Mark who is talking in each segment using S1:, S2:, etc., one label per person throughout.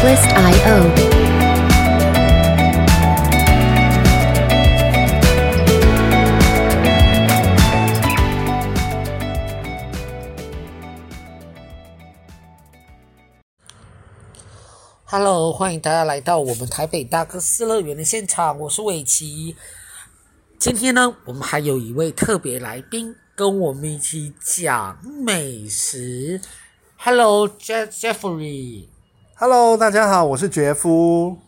S1: Bliss.io.
S2: Hello，欢迎大家来到我们台北大哥斯乐园的现场，我是伟奇。今天呢，我们还有一位特别来宾跟我们一起讲美食。Hello，Jeff Jeffrey，
S3: Hello，大家好，我是杰夫。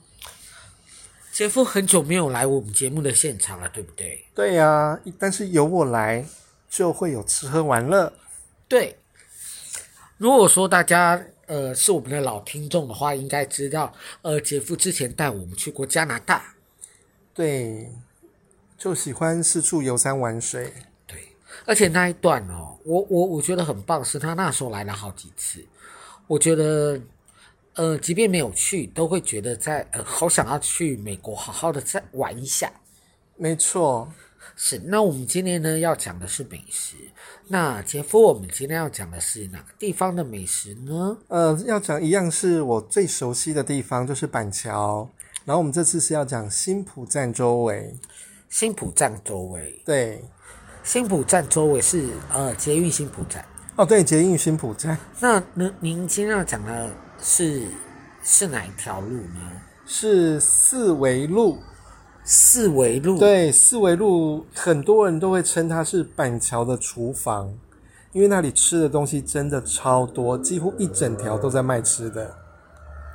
S2: 杰夫很久没有来我们节目的现场了，对不对？
S3: 对呀、一但是由我来就会有吃喝玩乐。
S2: 对，如果说大家呃是我们的老听众的话，应该知道，呃，杰夫之前带我们去过加拿大。
S3: 对，就喜欢四处游山玩水。
S2: 对，而且那一段哦，我我我觉得很棒，是他那时候来了好几次，我觉得，呃，即便没有去，都会觉得在呃，好想要去美国好好的再玩一下。
S3: 没错，
S2: 是，那我们今天呢要讲的是美食。那杰夫，我们今天要讲的是哪个地方的美食呢？
S3: 呃，要讲一样是我最熟悉的地方，就是板桥。然后我们这次是要讲新浦站周围。
S2: 新浦站周围，
S3: 对，
S2: 新浦站周围是呃捷运新浦站。
S3: 哦，对，捷运新浦站
S2: 那您您今天要讲的是是哪一条路呢？
S3: 是四维路。
S2: 四维路。
S3: 对，四维路很多人都会称它是板桥的厨房，因为那里吃的东西真的超多，几乎一整条都在卖吃的。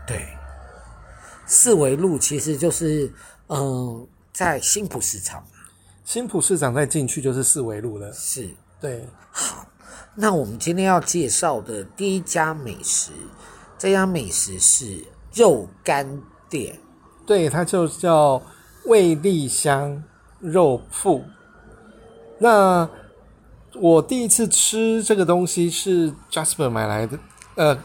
S2: 对，四维路其实就是嗯、呃在新浦市场嘛。
S3: 新浦市场再进去就是四维路了。
S2: 是。
S3: 对，
S2: 那我们今天要介绍的第一家美食，这家美食是肉干店。
S3: 对，它就叫味丽香肉铺。那我第一次吃这个东西是 Jasper 买来的，呃，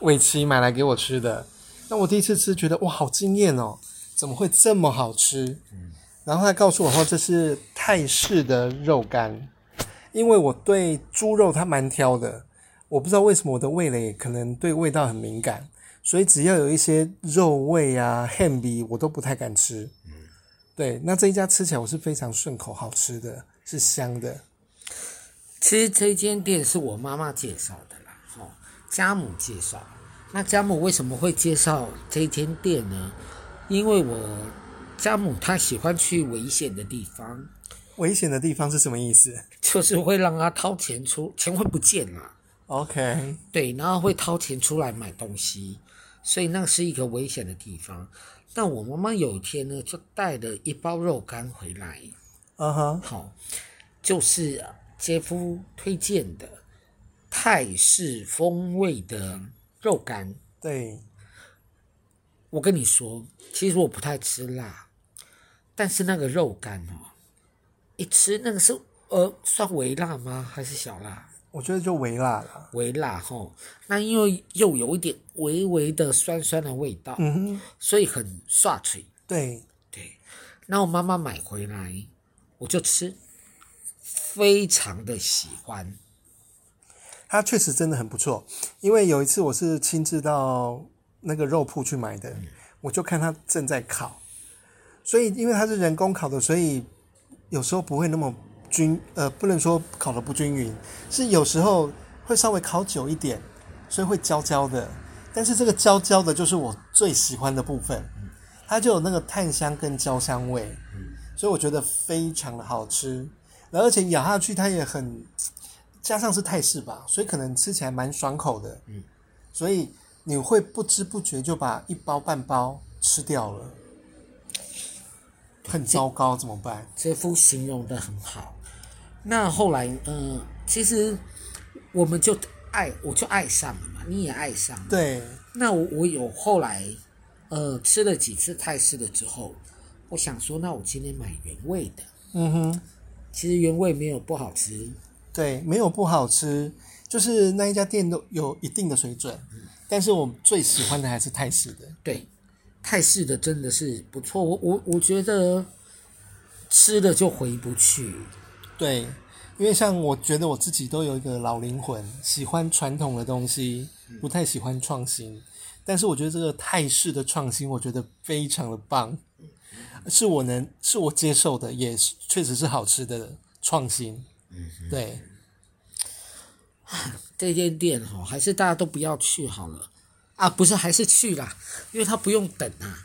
S3: 伟奇买来给我吃的。那我第一次吃，觉得哇，好惊艳哦！怎么会这么好吃？然后他告诉我后，这是泰式的肉干，因为我对猪肉它蛮挑的，我不知道为什么我的味蕾可能对味道很敏感，所以只要有一些肉味啊、ham 味，我都不太敢吃。对，那这一家吃起来我是非常顺口，好吃的，是香的。
S2: 其实这间店是我妈妈介绍的啦，哦，家母介绍。那家母为什么会介绍这间店呢？因为我家母她喜欢去危险的地方，
S3: 危险的地方是什么意思
S2: 就是会让她掏钱出，钱会不见啦。
S3: ？OK，
S2: 对，然后会掏钱出来买东西，所以那是一个危险的地方。那我妈妈有一天呢，就带了一包肉干回来，
S3: 嗯哼，
S2: 好，就是杰夫推荐的泰式风味的肉干。
S3: 对，
S2: 我跟你说，其实我不太吃辣，但是那个肉干哦，一吃那个是呃算微辣吗？还是小辣？
S3: 我觉得就微辣了。
S2: 微辣吼，那因为又有一点微微的酸酸的味道，
S3: 嗯哼，
S2: 所以很刷嘴。
S3: 对，
S2: 对，那我妈妈买回来，我就吃，非常的喜欢。
S3: 它确实真的很不错。因为有一次我是亲自到那个肉铺去买的，我就看它正在烤，所以因为它是人工烤的，所以有时候不会那么均，呃，不能说烤的不均匀，是有时候会稍微烤久一点，所以会焦焦的。但是这个焦焦的，就是我最喜欢的部分，它就有那个炭香跟焦香味，所以我觉得非常的好吃，而且咬下去它也很加上是泰式吧，所以可能吃起来蛮爽口的。嗯，所以你会不知不觉就把一包半包吃掉了，很糟糕，怎么办？
S2: 杰夫形容的很好。那后来，嗯、其实我们就爱，我就爱上了嘛，你也爱上了。
S3: 对，
S2: 那我我有后来，呃，吃了几次泰式的之后，我想说，那我今天买原味的。
S3: 嗯哼，
S2: 其实原味没有不好吃，
S3: 对，没有不好吃，就是那一家店都有一定的水准，但是我最喜欢的还是泰式的。
S2: 对，泰式的真的是不错。我我我觉得吃了就回不去，
S3: 对，因为像我觉得我自己都有一个老灵魂，喜欢传统的东西，不太喜欢创新。但是我觉得这个泰式的创新，我觉得非常的棒，是我能是我接受的，也是确实是好吃的创新。对，
S2: 这间店哈，还是大家都不要去好了。啊，不是，还是去啦，因为它不用等啊，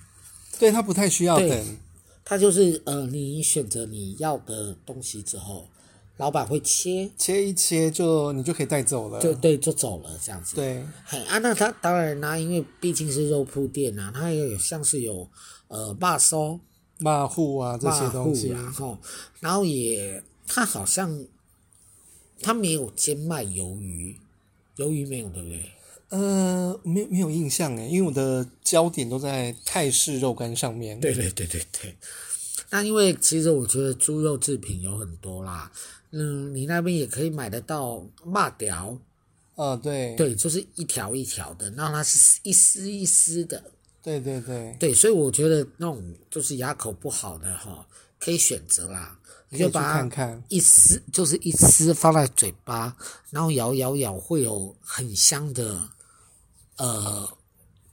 S3: 对，它不太需要
S2: 对
S3: 等。
S2: 它就是呃，你选择你要的东西之后，老板会切，
S3: 切一切就你就可以带走了。
S2: 就对，就走了这样子。
S3: 对，
S2: 嘿啊，那他当然啦、因为毕竟是肉铺店啊，它也有像是有呃霸收、
S3: 骂户啊这些
S2: 霸户
S3: 东西，
S2: 然后然后也它好像它没有兼卖鱿鱼，鱿鱼没有对不对？
S3: 呃，没有没有印象欸诶，因为我的焦点都在泰式肉干上面。，
S2: 对对对对对。那因为其实我觉得猪肉制品有很多啦，嗯，你那边也可以买得到麻条，
S3: 呃，对，
S2: 对，就是一条一条的，然后它是一丝一丝的，
S3: 对对对，
S2: 对，所以我觉得那种就是牙口不好的哈，可以选择啦，你
S3: 可
S2: 就
S3: 以去
S2: 把它
S3: 看看。
S2: 一丝就是一丝放在嘴巴，然后咬咬咬，会有很香的呃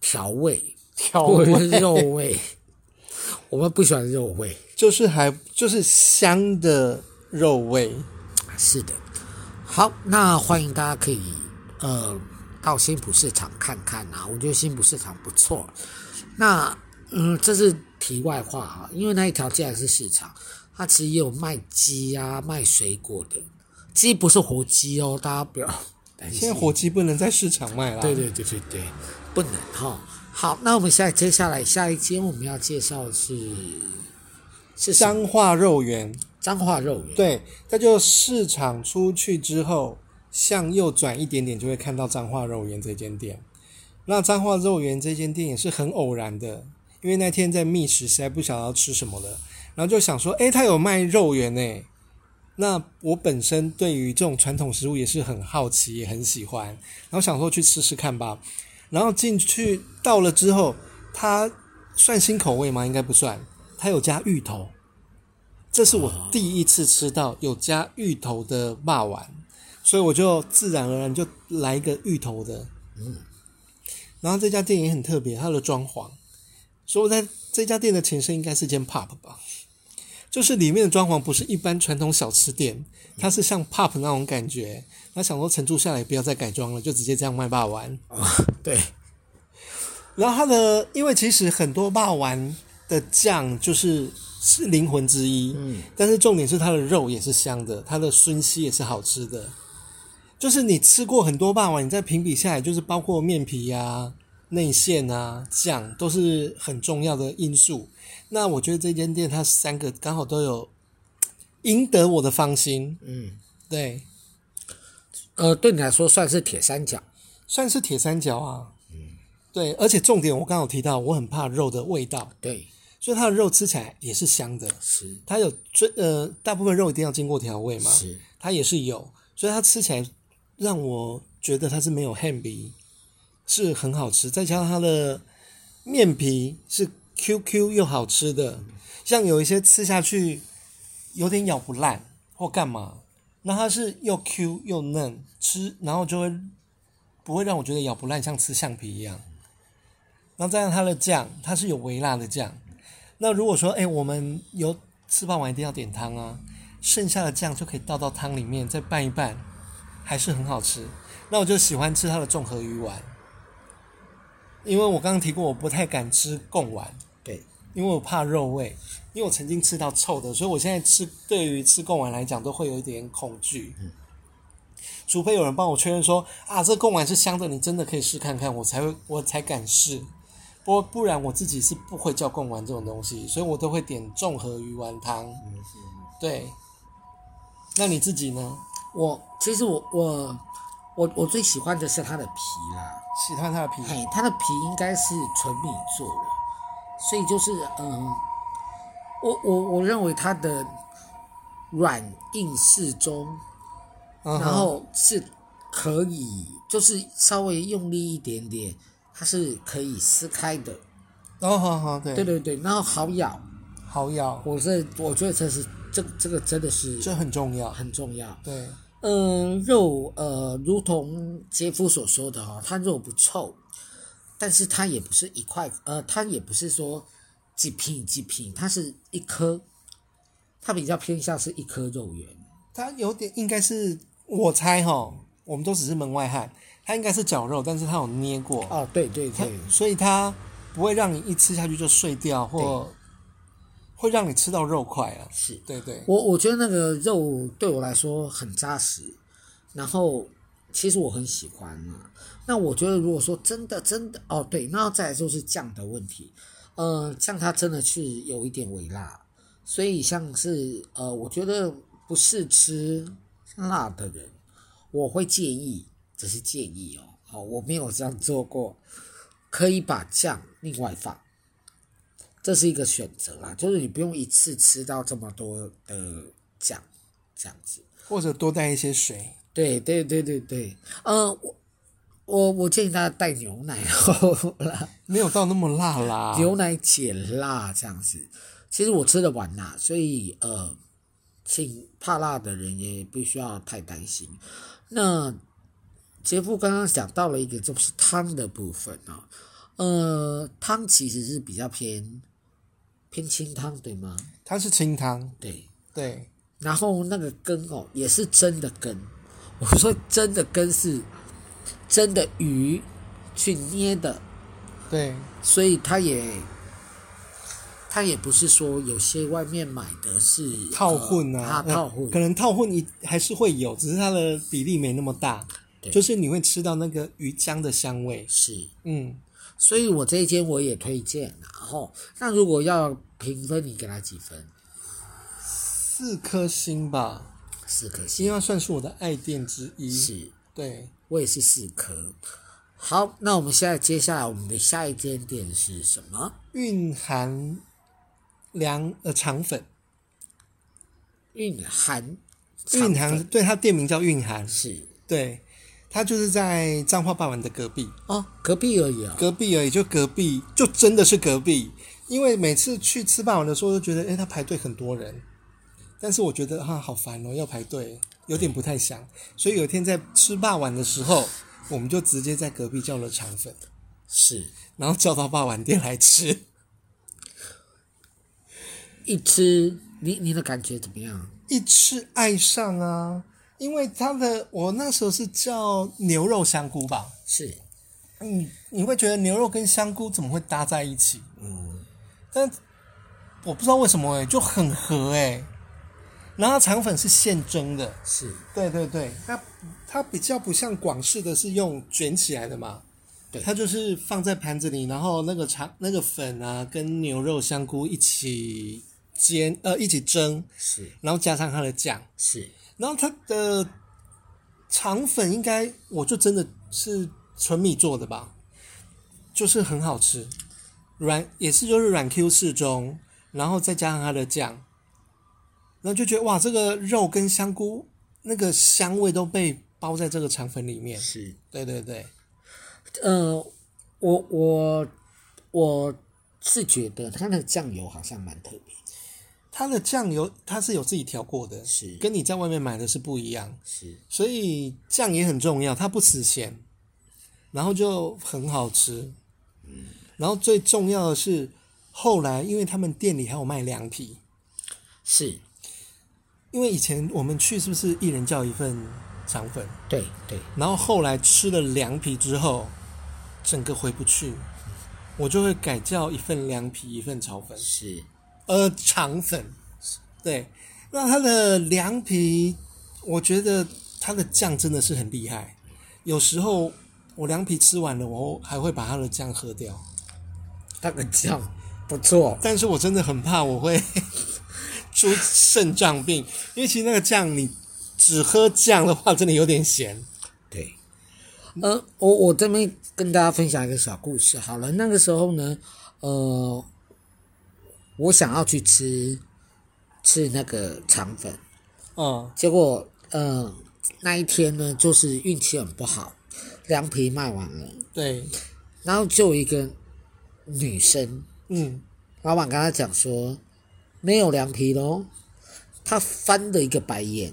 S2: 调味，
S3: 调
S2: 或者
S3: 味
S2: 是 肉味，我们不喜欢肉味。
S3: 就是还就是香的肉味。
S2: 是的，好，那欢迎大家可以呃到新浦市场看看啊，我觉得新浦市场不错。那嗯，这是题外话啊，因为那一条既然是市场，它其实也有卖鸡啊、卖水果的，鸡不是活鸡哦，大家不 要担心。
S3: 现在火鸡啊不能在市场卖啦。
S2: 对对对对对，不能哈。好，那我们现在接下来下一间我们要介绍的是是什么
S3: 彰化肉圆，
S2: 彰化肉圆，
S3: 对，它就市场出去之后，向右转一点点就会看到彰化肉圆这间店。那彰化肉圆这间店也是很偶然的，因为那天在觅食，实在不晓得要吃什么了，然后就想说，诶，它有卖肉圆诶。那我本身对于这种传统食物也是很好奇，也很喜欢，然后想说去吃吃看吧。然后进去到了之后，它算新口味吗？应该不算，它有加芋头，这是我第一次吃到有加芋头的霸丸，所以我就自然而然就来一个芋头的。嗯，然后这家店也很特别，它的装潢，所以我在这家店的前身应该是间 pub 吧，就是里面的装潢不是一般传统小吃店，它是像 pub 那种感觉。那想说承租下来不要再改装了，就直接这样卖霸丸。
S2: 对
S3: 然后它的，因为其实很多霸丸的酱就是是灵魂之一，嗯，但是重点是它的肉也是香的，它的熏西也是好吃的。就是你吃过很多霸丸，你再评比下来，就是包括面皮啊、内馅啊、酱都是很重要的因素。那我觉得这间店它三个刚好都有赢得我的芳心，
S2: 嗯，
S3: 对，
S2: 呃，对你来说算是铁三角。
S3: 算是铁三角啊。对，而且重点我刚好提到，我很怕肉的味道，
S2: 对，
S3: 所以它的肉吃起来也是香的。
S2: 是
S3: 它有最呃，大部分肉一定要经过调味嘛，
S2: 是，
S3: 它也是有，所以它吃起来让我觉得它是没有 ham 鼻，是很好吃。再加上它的面皮是 QQ 又好吃的，像有一些吃下去有点咬不烂或干嘛，那它是又 Q 又嫩，吃然后就会不会让我觉得咬不烂，像吃橡皮一样。然后再让它的酱，它是有微辣的酱。那如果说，哎、我们有吃饭完一定要点汤啊，剩下的酱就可以倒到汤里面，再拌一拌，还是很好吃。那我就喜欢吃它的综合鱼丸，因为我刚刚提过，我不太敢吃贡丸，
S2: 对，
S3: 因为我怕肉味，因为我曾经吃到臭的，所以我现在吃对于吃贡丸来讲都会有一点恐惧。除非有人帮我确认说啊，这贡丸是香的，你真的可以试看看，我才会我才敢试。不过不然我自己是不会叫贡丸这种东西，所以我都会点综合鱼丸汤。对，那你自己呢？
S2: 我其实我我我我最喜欢的是它的皮啦，
S3: 喜欢它的皮，
S2: 嘿，它的皮应该是纯米做的，所以就是嗯，我我我认为它的软硬适中，
S3: 嗯哼
S2: 然后是可以就是稍微用力一点点，它是可以撕开的，
S3: 哦，好好对，
S2: 对对对，然后好咬，
S3: 好咬，
S2: 我这我觉得这是这这个真的是
S3: 这很重要。
S2: 很重要。
S3: 对，
S2: 嗯呃，肉呃，如同杰夫所说的哦，它肉不臭，但是它也不是一块，呃，它也不是说几片几片，它是一颗，它比较偏向是一颗肉圆。
S3: 它有点应该是我猜哈，我们都只是门外汉，它应该是绞肉，但是它有捏过，
S2: 哦，对对对，
S3: 所以它不会让你一吃下去就碎掉，或会让你吃到肉块啊。
S2: 是。
S3: 对对，
S2: 我我觉得那个肉对我来说很扎实，然后其实我很喜欢嘛。那我觉得如果说真的真的哦，对，那再来就是酱的问题，呃，酱它真的是有一点微辣，所以像是呃，我觉得不是吃辣的人，我会建议，只是建议哦，好、我没有这样做过，可以把酱另外放。这是一个选择啦，就是你不用一次吃到这么多的酱，这样子。
S3: 或者多带一些水。
S2: 对对对对对，呃，我我我建议大家带牛奶后 啦，
S3: 没有到那么辣啦，
S2: 牛奶解辣这样子。其实我吃得完啦，所以呃，请怕辣的人也不需要太担心。那杰夫刚刚讲到了一个就是汤的部分啊、呃，汤其实是比较偏偏清汤，对吗？
S3: 它是清汤，
S2: 对，
S3: 对，
S2: 然后那个根哦，也是真的根。我说真的根是真的鱼去捏的，
S3: 对，
S2: 所以它也它也不是说有些外面买的是
S3: 套混
S2: 呃
S3: 啊，
S2: 它套混
S3: 呃可能套混一还是会有，只是它的比例没那么大，就是你会吃到那个鱼浆的香味。
S2: 是，
S3: 嗯，
S2: 所以我这一间我也推荐。然后，那如果要评分，你给它几分？
S3: 四颗星吧，
S2: 四颗星
S3: 因为它算是我的爱店之一。
S2: 是。
S3: 对，
S2: 我也是四颗。好，那我们现在接下来我们的下一间店是什么？
S3: 蕴含凉呃肠粉，
S2: 蕴含
S3: 蕴含对它店名叫蕴含，
S2: 是
S3: 对，它就是在彰化霸王的隔壁。
S2: 哦，隔壁而已啊、
S3: 隔壁而已，就隔壁，就真的是隔壁。因为每次去吃霸王的时候，都觉得，哎、他排队很多人，但是我觉得哈、好烦哦，要排队，有点不太想。所以有一天在吃霸王的时候，我们就直接在隔壁叫了肠粉，
S2: 是
S3: 然后叫到霸王店来吃。
S2: 一吃，你你的感觉怎么样？
S3: 一吃爱上啊，因为它的我那时候是叫牛肉香菇吧，
S2: 是，
S3: 嗯，你会觉得牛肉跟香菇怎么会搭在一起？
S2: 嗯，
S3: 但我不知道为什么哎、就很合哎、然后它肠粉是现蒸的，
S2: 是
S3: 对对对，它它比较不像广式的是用卷起来的嘛，
S2: 对
S3: 它就是放在盘子里，然后那个肠那个粉啊跟牛肉香菇一起煎呃一起蒸，
S2: 是
S3: 然后加上它的酱，
S2: 是
S3: 然后它的肠粉应该我就真的是纯米做的吧，就是很好吃，软也是就是软 Q 适中，然后再加上它的酱，然后就觉得哇，这个肉跟香菇那个香味都被包在这个肠粉里面。
S2: 是，
S3: 对对对，
S2: 呃，我我我是觉得它的酱油好像蛮特别，
S3: 它的酱油它是有自己调过的，
S2: 是
S3: 跟你在外面买的是不一样。
S2: 是
S3: 所以酱也很重要，它不死咸，然后就很好吃。然后最重要的是，后来因为他们店里还有卖凉皮，
S2: 是，
S3: 因为以前我们去是不是一人叫一份肠粉，
S2: 对对，
S3: 然后后来吃了凉皮之后，整个回不去，我就会改叫一份凉皮一份炒粉。
S2: 是
S3: 呃，肠粉，对，那它的凉皮，我觉得它的酱真的是很厉害。有时候我凉皮吃完了，我还会把它的酱喝掉，
S2: 那个酱哦不错，
S3: 但是我真的很怕我会 出肾脏病，因为其实那个酱你只喝酱的话，真的有点咸。
S2: 对，呃，我我这边跟大家分享一个小故事。好了，那个时候呢，呃，我想要去吃吃那个肠粉，
S3: 嗯，
S2: 结果呃那一天呢，就是运气很不好，凉皮卖完了，
S3: 对，
S2: 然后就有一个女生，
S3: 嗯，
S2: 老板跟她讲说没有凉皮喽，她翻了一个白眼，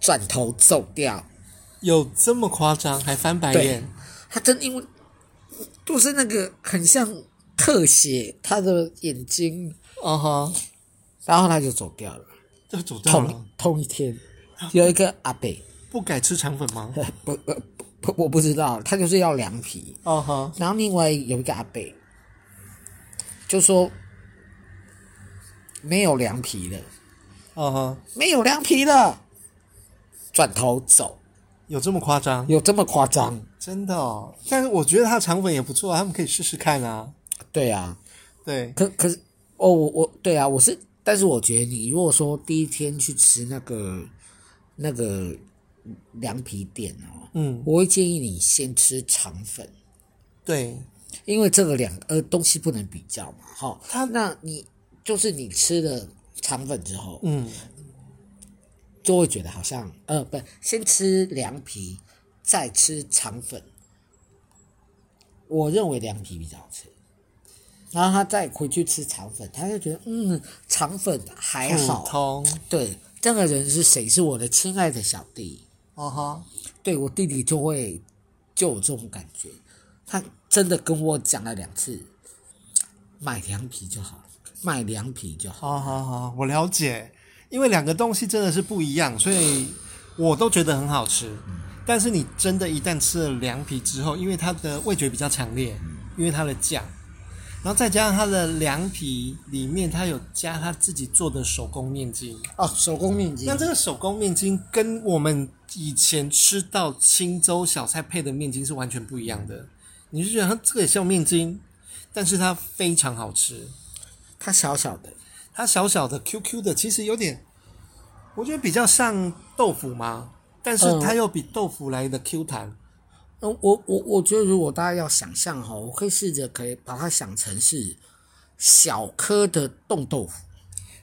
S2: 转头走掉。
S3: 有这么夸张，还翻白
S2: 对
S3: 眼？
S2: 他真的因为杜生那个很像特写，他的眼睛，
S3: 哦哈，
S2: 然后他就走掉了。
S3: 就走掉了
S2: 同。同一天，有一个阿北，
S3: 不改吃肠粉 吗？
S2: 不不不，我不知道，他就是要凉皮。
S3: 哦哈，
S2: 然后另外有一个阿北，就说没有凉皮了，
S3: 哦哈，
S2: 没有凉皮了，转头走，
S3: 有这么夸张？
S2: 有这么夸张？
S3: 真的哦。但是我觉得他的肠粉也不错啊，他们可以试试看啊。
S2: 对啊，
S3: 对，
S2: 可可是哦，我我对啊，我是，但是我觉得你如果说第一天去吃那个那个凉皮店哦，
S3: 嗯，
S2: 我会建议你先吃肠粉，
S3: 对，
S2: 因为这个两呃东西不能比较嘛，哈。
S3: 它
S2: 那你就是你吃了肠粉之后，
S3: 嗯，
S2: 就会觉得好像呃不，先吃凉皮，再吃肠粉。我认为凉皮比较好吃，然后他再回去吃肠粉，他就觉得嗯，肠粉还
S3: 普
S2: 好。
S3: 通。
S2: 对，这个人是谁？是我的亲爱的小弟。
S3: 哦哈，
S2: 对我弟弟就会就有这种感觉，他真的跟我讲了两次，买凉皮就好，买凉皮就好。
S3: 好好好，我了解，因为两个东西真的是不一样，所以我都觉得很好吃。但是你真的，一旦吃了凉皮之后，因为它的味觉比较强烈，因为它的酱，然后再加上它的凉皮里面，它有加他自己做的手工面筋。
S2: 哦，手工面筋
S3: 那这个手工面筋跟我们以前吃到青州小菜配的面筋是完全不一样的。你就觉得它这个也像面筋，但是它非常好吃。
S2: 它小小的，
S3: 它小小的 QQ 的，其实有点，我觉得比较像豆腐嘛，但是它又比豆腐来的 Q 弹。
S2: 那我我我觉得，如果大家要想象哈，我可以试着可以把它想成是小颗的冻豆腐。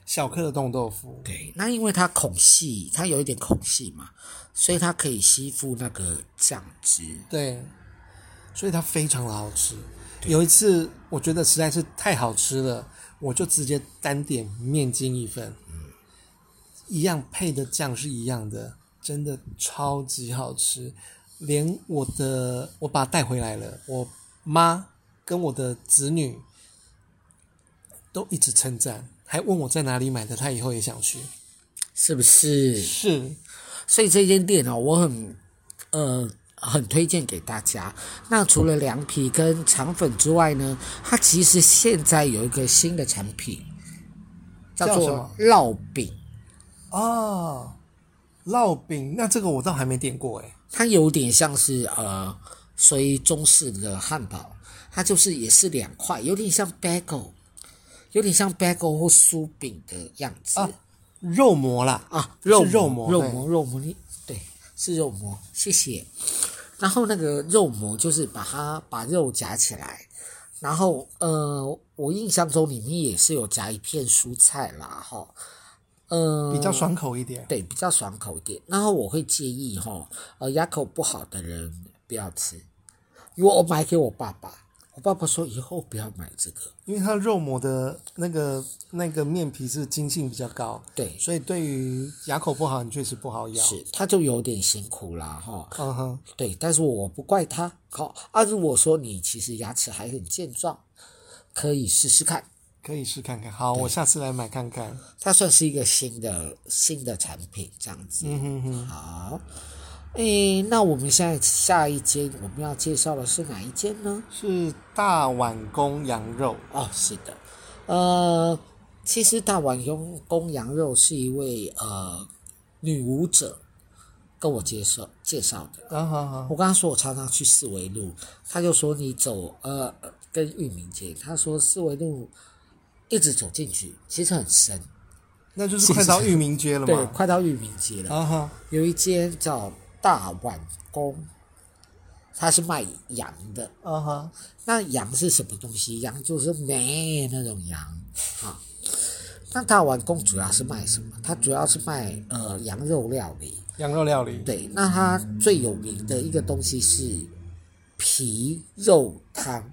S3: 小颗的冻豆腐，
S2: 对，那因为它孔隙，它有一点孔隙嘛，所以它可以吸附那个酱汁。
S3: 对，所以它非常的好吃。有一次我觉得实在是太好吃了，我就直接单点面筋一份，一样配的酱是一样的，真的超级好吃。连我的我把它带回来了，我妈跟我的子女都一直称赞，还问我在哪里买的，她以后也想去。
S2: 是不是？
S3: 是，
S2: 所以这间店哦，我很呃很推荐给大家。那除了凉皮跟肠粉之外呢，它其实现在有一个新的产品，叫
S3: 叫什
S2: 做
S3: 么
S2: 烙饼，
S3: 哦，烙饼，那这个我倒还没点过哎。
S2: 它有点像是呃属于中式的汉堡，它就是也是两块，有点像 bagel，有点像 bagel 或酥饼的样子。
S3: 啊肉膜啦，
S2: 啊，
S3: 是
S2: 肉
S3: 肉膜
S2: 肉
S3: 对
S2: 膜，肉膜，你对，是肉膜，谢谢。然后那个肉膜就是把它把肉夹起来，然后呃，我印象中里面也是有夹一片蔬菜啦，哈，呃，
S3: 比较爽口一点。
S2: 对，比较爽口一点。然后我会建议哈，呃，牙口不好的人不要吃。因为我买给我爸爸，我爸爸说以后不要买这个，
S3: 因为它肉膜的那个那个面皮是筋性比较高，
S2: 对
S3: 所以对于牙口不好，你确实不好咬。，
S2: 是他就有点辛苦啦，哈。
S3: 嗯哼，
S2: 对，但是我不怪他。好啊，如果说你其实牙齿还很健壮，可以试试看。
S3: 可以试看看。好，我下次来买看看。
S2: 它算是一个新的新的产品，这样子。
S3: 嗯哼哼，
S2: 好，诶，那我们现在下一间我们要介绍的是哪一间呢？
S3: 是大碗公羊肉，
S2: 哦，是的，呃，其实大碗公公羊肉是一位呃女舞者跟我介绍介绍的。
S3: 啊哈哈，
S2: 我跟他说我常常去四维路，他就说你走呃跟裕民街，他说四维路一直走进去，其实很深，
S3: 那就是快到裕民街了
S2: 对，
S3: 嘛。
S2: 快到裕民街了。
S3: 啊哈，
S2: 有一间叫大碗公，它是卖羊的。
S3: 啊哈，
S2: 那羊是什么东西？羊就是咩那种羊啊。那大碗公主啊要是卖什么？它主要是卖呃羊肉料理。
S3: 羊肉料理，
S2: 对，那它最有名的一个东西是皮肉汤，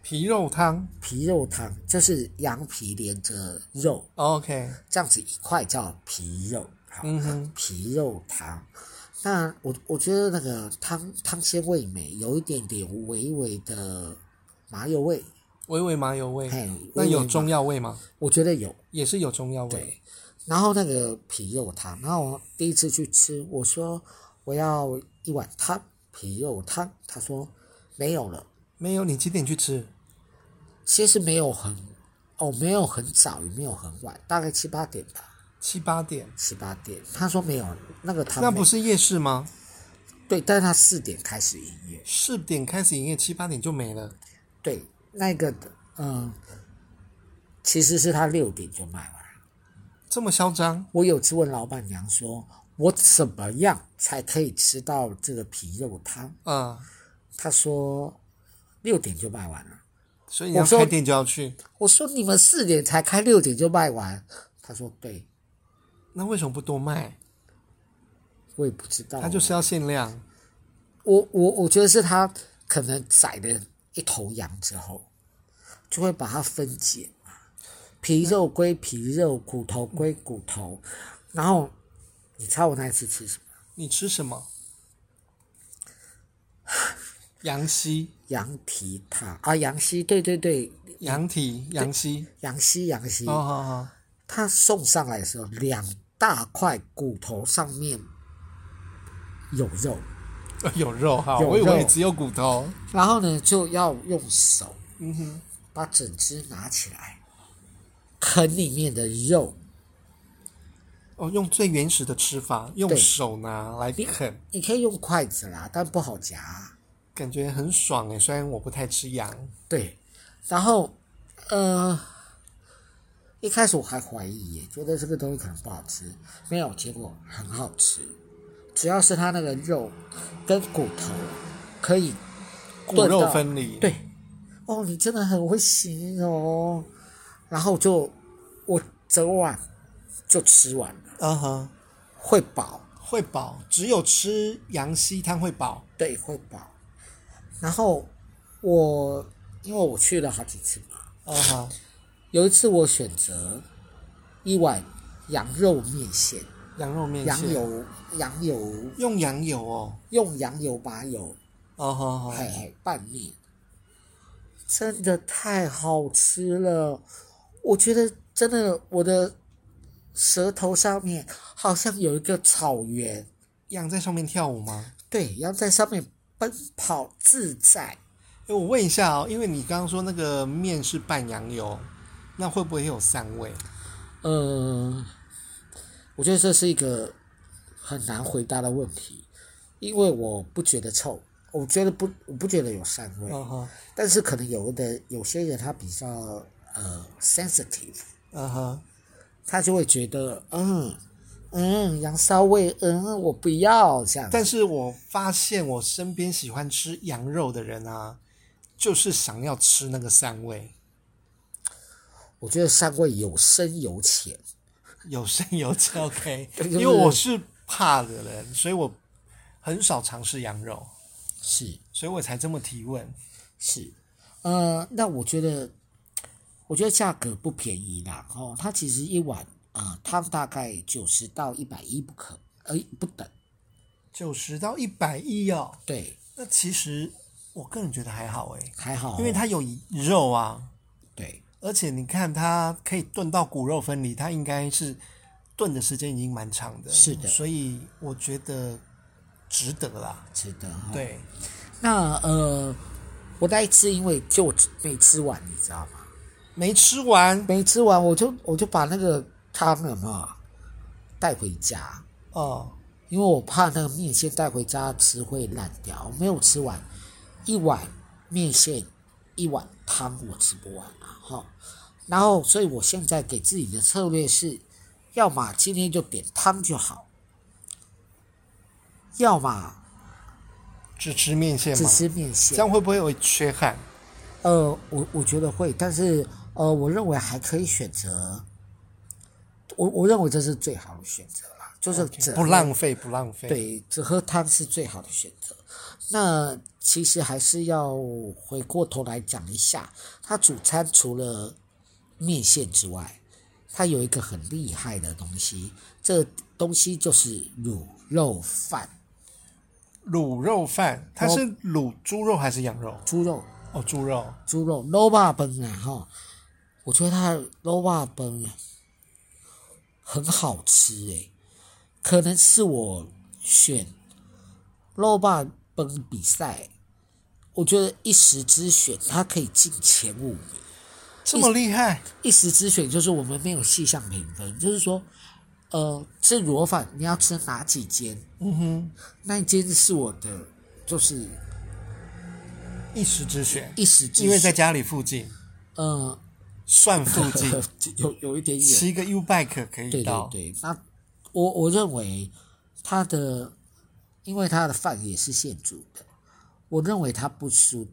S3: 皮肉汤
S2: 皮肉汤就是羊皮连着肉，
S3: ，OK，
S2: 这样子一块叫皮肉，好，
S3: 嗯哼
S2: 皮肉汤。当然，我我觉得那个汤汤鲜味美，有一点点微微的麻油味，
S3: 微微麻油味
S2: 嘿，
S3: 那
S2: 微微
S3: 有
S2: 麻
S3: 中药味吗？
S2: 我觉得有。
S3: 也是有中药味
S2: 对。然后那个皮肉汤，然后我第一次去吃，我说我要一碗汤皮肉汤，他说没有了。
S3: 没有，你几点去吃？
S2: 其实没有很，哦，没有很早，也没有很晚，大概七八点吧，
S3: 七八点？
S2: 七八点。他说没有那个啊汤没，
S3: 那不是夜市吗？
S2: 对，但是他四点开始营业，
S3: 四点开始营业，七八点就没了。
S2: 对，那个嗯，其实是他六点就卖完了。
S3: 这么嚣张？
S2: 我有次问老板娘说，我怎么样才可以吃到这个皮肉汤？
S3: 啊、
S2: 她说六点就卖完了。
S3: 所以你要
S2: 我说
S3: 开店就要去，
S2: 我说你们四点才开，六点就卖完。她说对，
S3: 那为什么不多卖？
S2: 我也不知道。
S3: 它就是要限量。
S2: 我我我觉得是他可能宰了一头羊之后，就会把它分解嘛，皮肉归皮肉，骨头归骨头。然后你猜我那一次吃什么？
S3: 你吃什么？
S2: 哦
S3: 羊膝、
S2: 羊蹄汤啊，羊膝，对对对，
S3: 羊蹄、羊膝。
S2: 羊膝羊膝。
S3: 哦，好好，
S2: 他送上来的时候，两大块骨头上面有肉，
S3: 呃 有肉哈，
S2: 有
S3: 我以为
S2: 肉
S3: 只有骨头。
S2: 然后呢就要用手
S3: 嗯哼，
S2: 把整只拿起来，啃里面的肉。
S3: 哦，用最原始的吃法，用
S2: 对
S3: 手拿来啃，
S2: 你可以用筷子啦，但不好夹啊。
S3: 感觉很爽哎。虽然我不太吃羊，
S2: 对，然后呃，一开始我还怀疑耶，觉得这个东西可能不好吃，没有，结果很好吃。主要是它那个肉跟骨头可以
S3: 骨
S2: 炖
S3: 肉
S2: 到
S3: 分离。
S2: 对，哦，你真的很会形容。然后就我整碗就吃完了，
S3: 嗯哼，
S2: 会饱，
S3: 会饱，只有吃羊膝汤会饱。
S2: 对，会饱。然后我因为我去了好几次嘛，
S3: 嗯哼，
S2: 有一次我选择一碗羊肉面线，
S3: 羊肉面
S2: 羊
S3: 线，
S2: 油羊油
S3: 用羊油哦。
S2: 用羊油把油
S3: 哦好好，
S2: 哎哎拌面，真的太好吃了，我觉得真的我的舌头上面好像有一个草原，
S3: 羊在上面跳舞吗？
S2: 对，要在上面奔跑自在。
S3: 哎，我问一下哦，因为你刚刚说那个面是拌羊油，那会不会有膻味？
S2: 嗯，我觉得这是一个很难回答的问题，因为我不觉得臭，我觉得不，我不觉得有膻味，
S3: 嗯哼，
S2: 但是可能有的有些人他比较呃 sensitive，
S3: 嗯哼，
S2: 他就会觉得嗯嗯羊骚味，嗯我不要这样，
S3: 但是我发现我身边喜欢吃羊肉的人啊，就是想要吃那个膻味，
S2: 我觉得膻味有深有浅，
S3: 有深有浅。OK，
S2: 对就
S3: 因
S2: 是
S3: 为我是怕的人，所以我很少尝试羊肉，
S2: 是
S3: 所以我才这么提问。
S2: 是，呃，那我觉得，我觉得价格不便宜啦。哦，它其实一碗啊、呃汤大概九十到一百一不可，呃，不等。
S3: 九十到一百一哦，
S2: 对，
S3: 那其实我个人觉得还好诶，
S2: 还好哦、
S3: 因为它有肉啊，
S2: 对
S3: 而且你看它可以炖到骨肉分离，它应该是炖的时间已经蛮长的，
S2: 是的
S3: 所以我觉得值得啦。
S2: 值得、哦。，
S3: 对，
S2: 那呃，我那一次因为就没吃完，你知道吗？
S3: 没吃完
S2: 没吃完，我就我就把那个汤了嘛带回家，
S3: 哦，
S2: 因为我怕那个面线带回家吃会烂掉，我没有吃完，一碗面线，一碗汤我吃不完啊，哈。然后，所以我现在给自己的策略是，要么今天就点汤就好，要么
S3: 只吃面线
S2: 只
S3: 吗？
S2: 吃面
S3: 这
S2: 线
S3: 样。会不会有缺憾？
S2: 呃，我我觉得会，但是呃，我认为还可以选择，我我认为这是最好的选择啦，就是整
S3: 不浪费，不浪费。，
S2: 对，只喝汤是最好的选择。那其实还是要回过头来讲一下，它主餐除了面线之外，它有一个很厉害的东西，这东西就是卤肉饭。
S3: 卤肉饭，它是卤猪肉还是羊肉？
S2: 猪肉，
S3: 哦，猪肉。
S2: 猪肉肉霸本啊哈，我觉得它的肉霸本很好吃诶、可能是我选肉霸本比赛，我觉得一时之选它可以进前五名。
S3: 这么厉害？
S2: 一时之选就是我们没有细项评分，就是说，呃，吃卤肉饭你要吃哪几间？嗯哼，那一间是我的，就是
S3: 一时之选，
S2: 一时之
S3: 因为在
S2: 选，
S3: 家里附近，
S2: 呃，
S3: 算附近，
S2: 有有一点远，
S3: 骑个 U bike 可以
S2: 对对
S3: 到。
S2: 对，那我我认为他的，因为他的饭也是现煮的，我认为他不输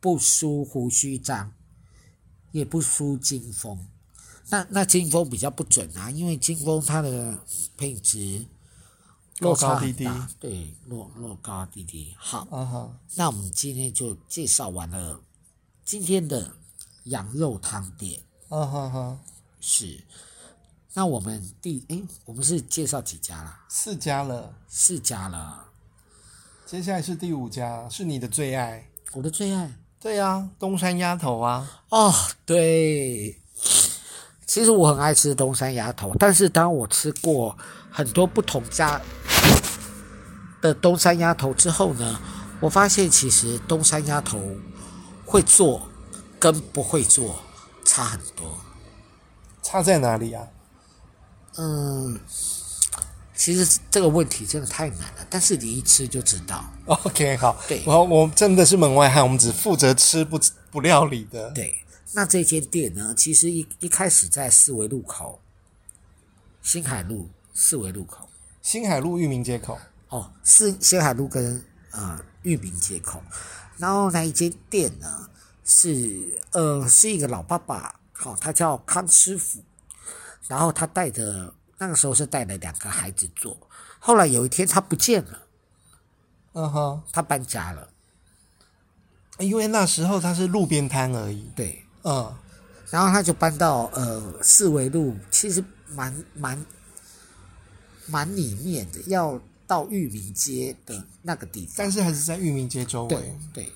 S2: 不输胡须章，也不输金峰。那那金峰比较不准啊，因为金峰它的品质
S3: 高
S2: 落
S3: 高
S2: 差很
S3: 低低
S2: 大，对，落落高低低。好，
S3: 啊哈，
S2: 那我们今天就介绍完了今天的羊肉汤店。
S3: 啊哈哈，
S2: 是，那我们第诶，我们是介绍几家啦？
S3: 四家了，
S2: 四家了，
S3: 接下来是第五家，是你的最爱。
S2: 我的最爱
S3: 对啊，东山鸭头啊，
S2: 哦，对。其实我很爱吃东山鸭头，但是当我吃过很多不同家的东山鸭头之后呢，我发现其实东山鸭头会做跟不会做差很多。
S3: 差在哪里啊？
S2: 嗯，其实这个问题真的太难了，但是你一吃就知道。
S3: OK，好，
S2: 对
S3: 我我真的是门外汉，我们只负责吃不不料理的。
S2: 对，那这间店呢，其实一一开始在四维路口，新海路四维路口，
S3: 新海路裕民街口，
S2: 哦，是新海路跟呃裕民街口，然后那一间店呢是呃是一个老爸爸，好、他叫康师傅，然后他带着那个时候是带了两个孩子做，后来有一天他不见了，
S3: 嗯哼，
S2: 他搬家了，
S3: 因为那时候它是路边摊而已。
S2: 对，
S3: 嗯，
S2: 然后他就搬到呃四维路，其实蛮蛮蛮里面的，要到裕民街的那个地方。
S3: 但是还是在裕民街周围
S2: 对。对，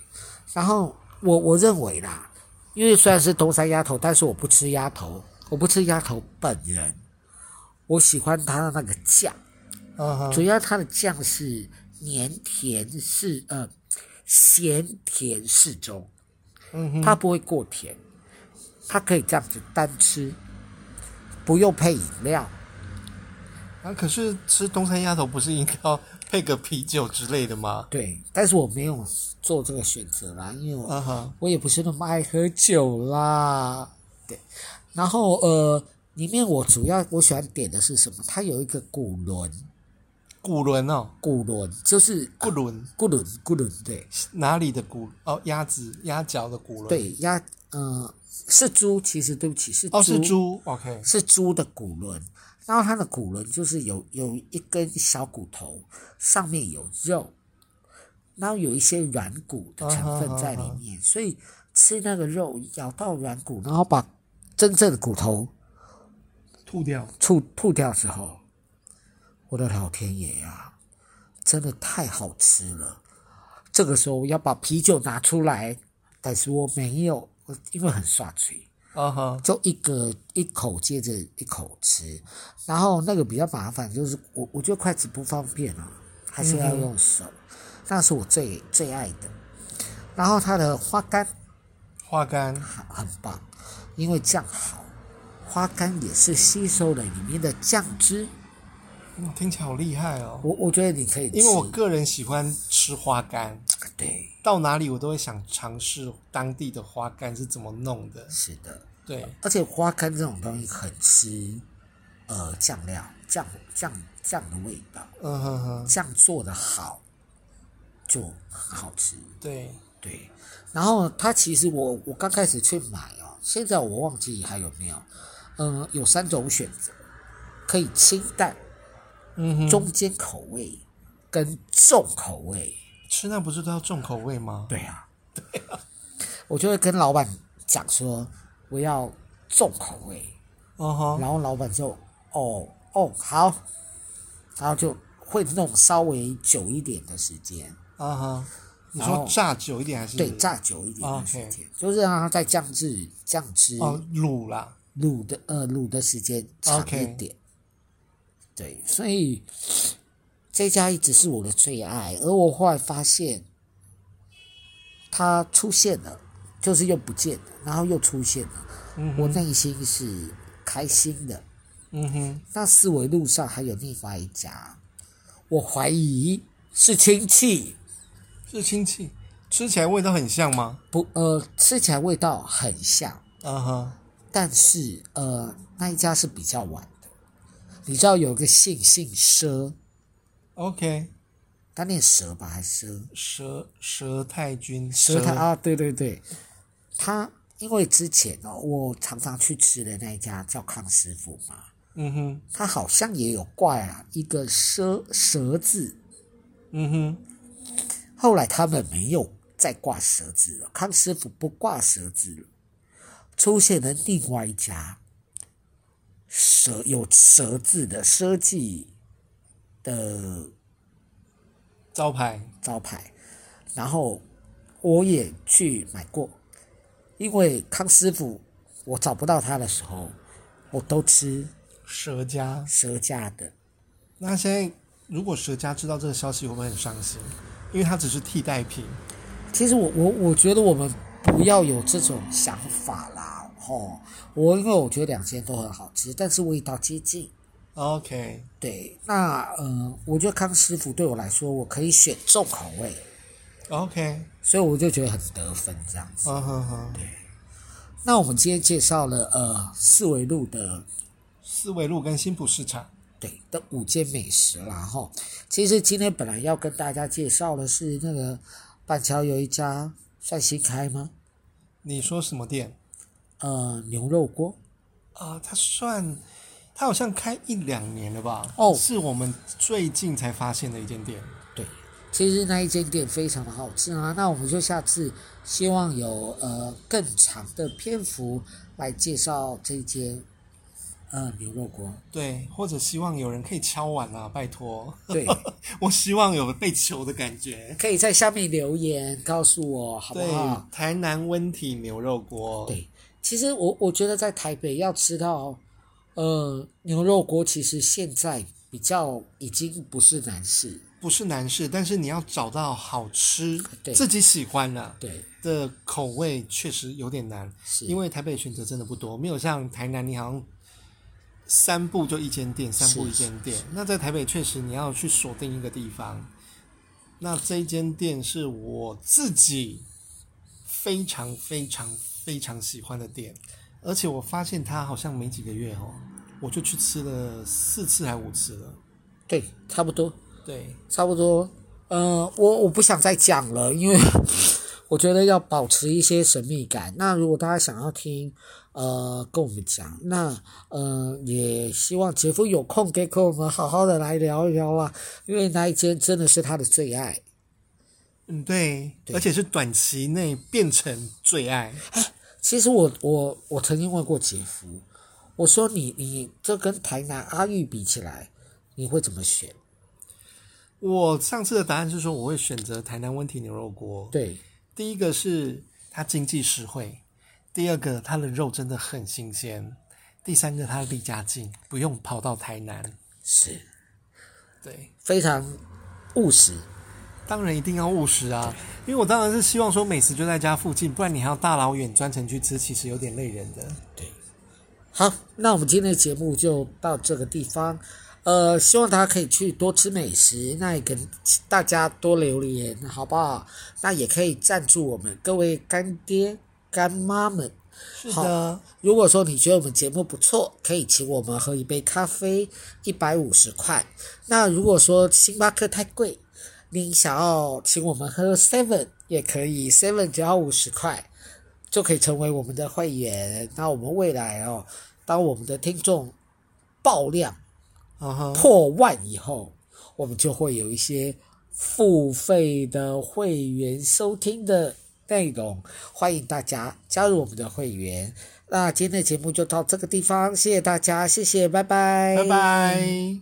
S2: 然后我我认为啦，因为虽然是东山鸭头，但是我不吃鸭头，我不吃鸭头本人，我喜欢它的那个酱，
S3: 嗯哼，
S2: 主要它的酱是黏甜适呃咸甜适中，嗯、它不会过甜，它可以这样子单吃，不用配饮料。
S3: 啊，可是吃东山鸭头不是应该要配个啤酒之类的吗？
S2: 对，但是我没有做这个选择啦，因为我、
S3: 嗯哼，
S2: 我也不是那么爱喝酒啦。对，然后呃，里面我主要我喜欢点的是什么？它有一个骨轮，
S3: 骨轮哦，
S2: 骨轮就是
S3: 骨轮
S2: 骨轮骨轮，对
S3: 哪里的骨？哦，鸭子鸭脚的骨轮。，
S2: 对鸭，呃，是猪，其实对不起是
S3: 哦，是猪。OK，
S2: 是猪的骨轮，然后它的骨轮就是有有一根小骨头，上面有肉，然后有一些软骨的成
S3: 啊
S2: 分在里面，所以吃那个肉咬到软骨，然后把真正的骨头
S3: 吐掉。
S2: 吐吐掉之后，我的老天爷呀、真的太好吃了！这个时候我要把啤酒拿出来，但是我没有，我因为很刷嘴。
S3: 嗯哼，
S2: 就一个一口接着一口吃，然后那个比较麻烦，就是我我觉得筷子不方便啊，还是要用手，那是我最最爱的。然后它的花干
S3: 花干。
S2: 很很棒，因为酱好，花干也是吸收了里面的酱汁，
S3: 嗯听起来好厉害哦。
S2: 我我觉得你可以吃，
S3: 因为我个人喜欢吃花干，
S2: 对，
S3: 到哪里我都会想尝试当地的花干是怎么弄的。
S2: 是的，
S3: 对，
S2: 而且花干这种东西很吃，呃，酱料酱酱酱的味道，
S3: 嗯哼哼，
S2: 酱做的好，就很好吃。
S3: 对，
S2: 对，然后它其实我我刚开始去买哦，现在我忘记还有没有，嗯、有三种选择，可以清淡、
S3: 嗯哼，
S2: 中间口味跟重口味。
S3: 吃那不是都要重口味吗？
S2: 对啊，对 啊，我就会跟老板讲说我要重口味，
S3: 嗯哼，
S2: 然后老板就哦哦好，然后就会那种稍微久一点的时间，
S3: 啊哈，你
S2: 然
S3: 说
S2: 后
S3: 炸久一点还是
S2: 对，炸久一点的
S3: 嗯 OK
S2: 时间，就是让它再酱制酱汁
S3: 哦卤啦？
S2: 卤的呃卤的时间长一
S3: OK
S2: 点。对，所以这家一直是我的最爱，而我后来发现它出现了，就是又不见了，然后又出现了，我内心是开心的。
S3: 嗯哼，
S2: 那四维路上还有另外一家，我怀疑是亲戚，
S3: 是亲戚，吃起来味道很像吗？
S2: 不呃吃起来味道很像，
S3: 啊哈，
S2: 但是呃那一家是比较晚的。你知道有个姓姓佘，
S3: OK，
S2: 他念蛇吧还是蛇？
S3: 佘佘太君，
S2: 蛇他啊，对对对，他因为之前哦，我常常去吃的那一家叫康师傅嘛，
S3: 嗯哼，
S2: 他好像也有挂啊一个蛇蛇字，
S3: 嗯哼，
S2: 后来他们没有再挂蛇字了，康师傅不挂蛇字了，出现了另外一家蛇有蛇字的设计的
S3: 招牌
S2: 招牌，然后我也去买过，因为康师傅我找不到他的时候，我都吃
S3: 佘家。
S2: 蛇家的，
S3: 那现在如果佘家知道这个消息，会不会很伤心？因为它只是替代品。
S2: 其实我我我觉得我们不要有这种想法啦，吼！我因为我觉得两间都很好吃，但是味道接近。
S3: OK，
S2: 对，那呃，我觉得康师傅对我来说，我可以选重口味，
S3: OK，
S2: 所以我就觉得很得分这样子。
S3: 嗯哼哼，
S2: 那我们今天介绍了呃四维路的
S3: 四维路跟新浦市场，
S2: 对的五间美食啦哈。其实今天本来要跟大家介绍的是那个板桥有一家算新开吗？
S3: 你说什么店
S2: 呃，牛肉锅
S3: 啊？它算，它好像开一两年了吧？
S2: 哦
S3: 是我们最近才发现的一间店。
S2: 对，其实那一间店非常的好吃啊。那我们就下次希望有呃更长的篇幅来介绍这一间呃牛肉锅。
S3: 对，或者希望有人可以敲碗啦、拜托。
S2: 对，
S3: 我希望有被求的感觉。
S2: 可以在下面留言告诉我好不
S3: 对
S2: 好？，
S3: 台南温体牛肉锅。
S2: 对，其实我我觉得在台北要吃到，呃，牛肉锅其实现在比较已经不是难事。
S3: 不是难事，但是你要找到好吃、
S2: 对
S3: 自己喜欢啊的、
S2: 对，
S3: 的口味，确实有点难，
S2: 是
S3: 因为台北选择真的不多，没有像台南，你好像三步就一间店，三步一间店。那在台北确实你要去锁定一个地方，那这一间店是我自己非常非常非常喜欢的店，而且我发现它好像没几个月哦，我就去吃了四次还五次了，
S2: 对，差不多，
S3: 对。
S2: 差不多。呃，我我不想再讲了， 因为我觉得要保持一些神秘感。那如果大家想要听，呃，跟我们讲，那呃，也希望杰夫有空可以跟我们好好的来聊一聊啊，因为那一间真的是他的最爱。
S3: 嗯，对，而且是短期内变成最爱。
S2: 其实我我我曾经问过杰夫，我说你你这跟台南阿玉比起来，你会怎么选？
S3: 我上次的答案是说，我会选择台南温体牛肉锅。，
S2: 对
S3: 第一个是它经济实惠，第二个它的肉真的很新鲜，第三个它离家近，不用跑到台南。
S2: 是
S3: 对，
S2: 非常务实，
S3: 当然一定要务实啊，因为我当然是希望说美食就在家附近，不然你还要大老远专程去吃，其实有点累人的。
S2: 对。好，那我们今天的节目就到这个地方，呃，希望大家可以去多吃美食，那也跟大家多留言，好不好？那也可以赞助我们各位干爹干妈们。
S3: 是
S2: 的，如果说你觉得我们节目不错，可以请我们喝一杯咖啡，一百五十块。那如果说星巴克太贵，您想要请我们喝 Seven 也可以，Seven 只要五十块就可以成为我们的会员。那我们未来哦，当我们的听众爆量
S3: 嗯哼，
S2: 破万以后，我们就会有一些付费的会员收听的内容，欢迎大家加入我们的会员。那今天的节目就到这个地方，谢谢大家，谢谢，拜拜，
S3: 拜拜。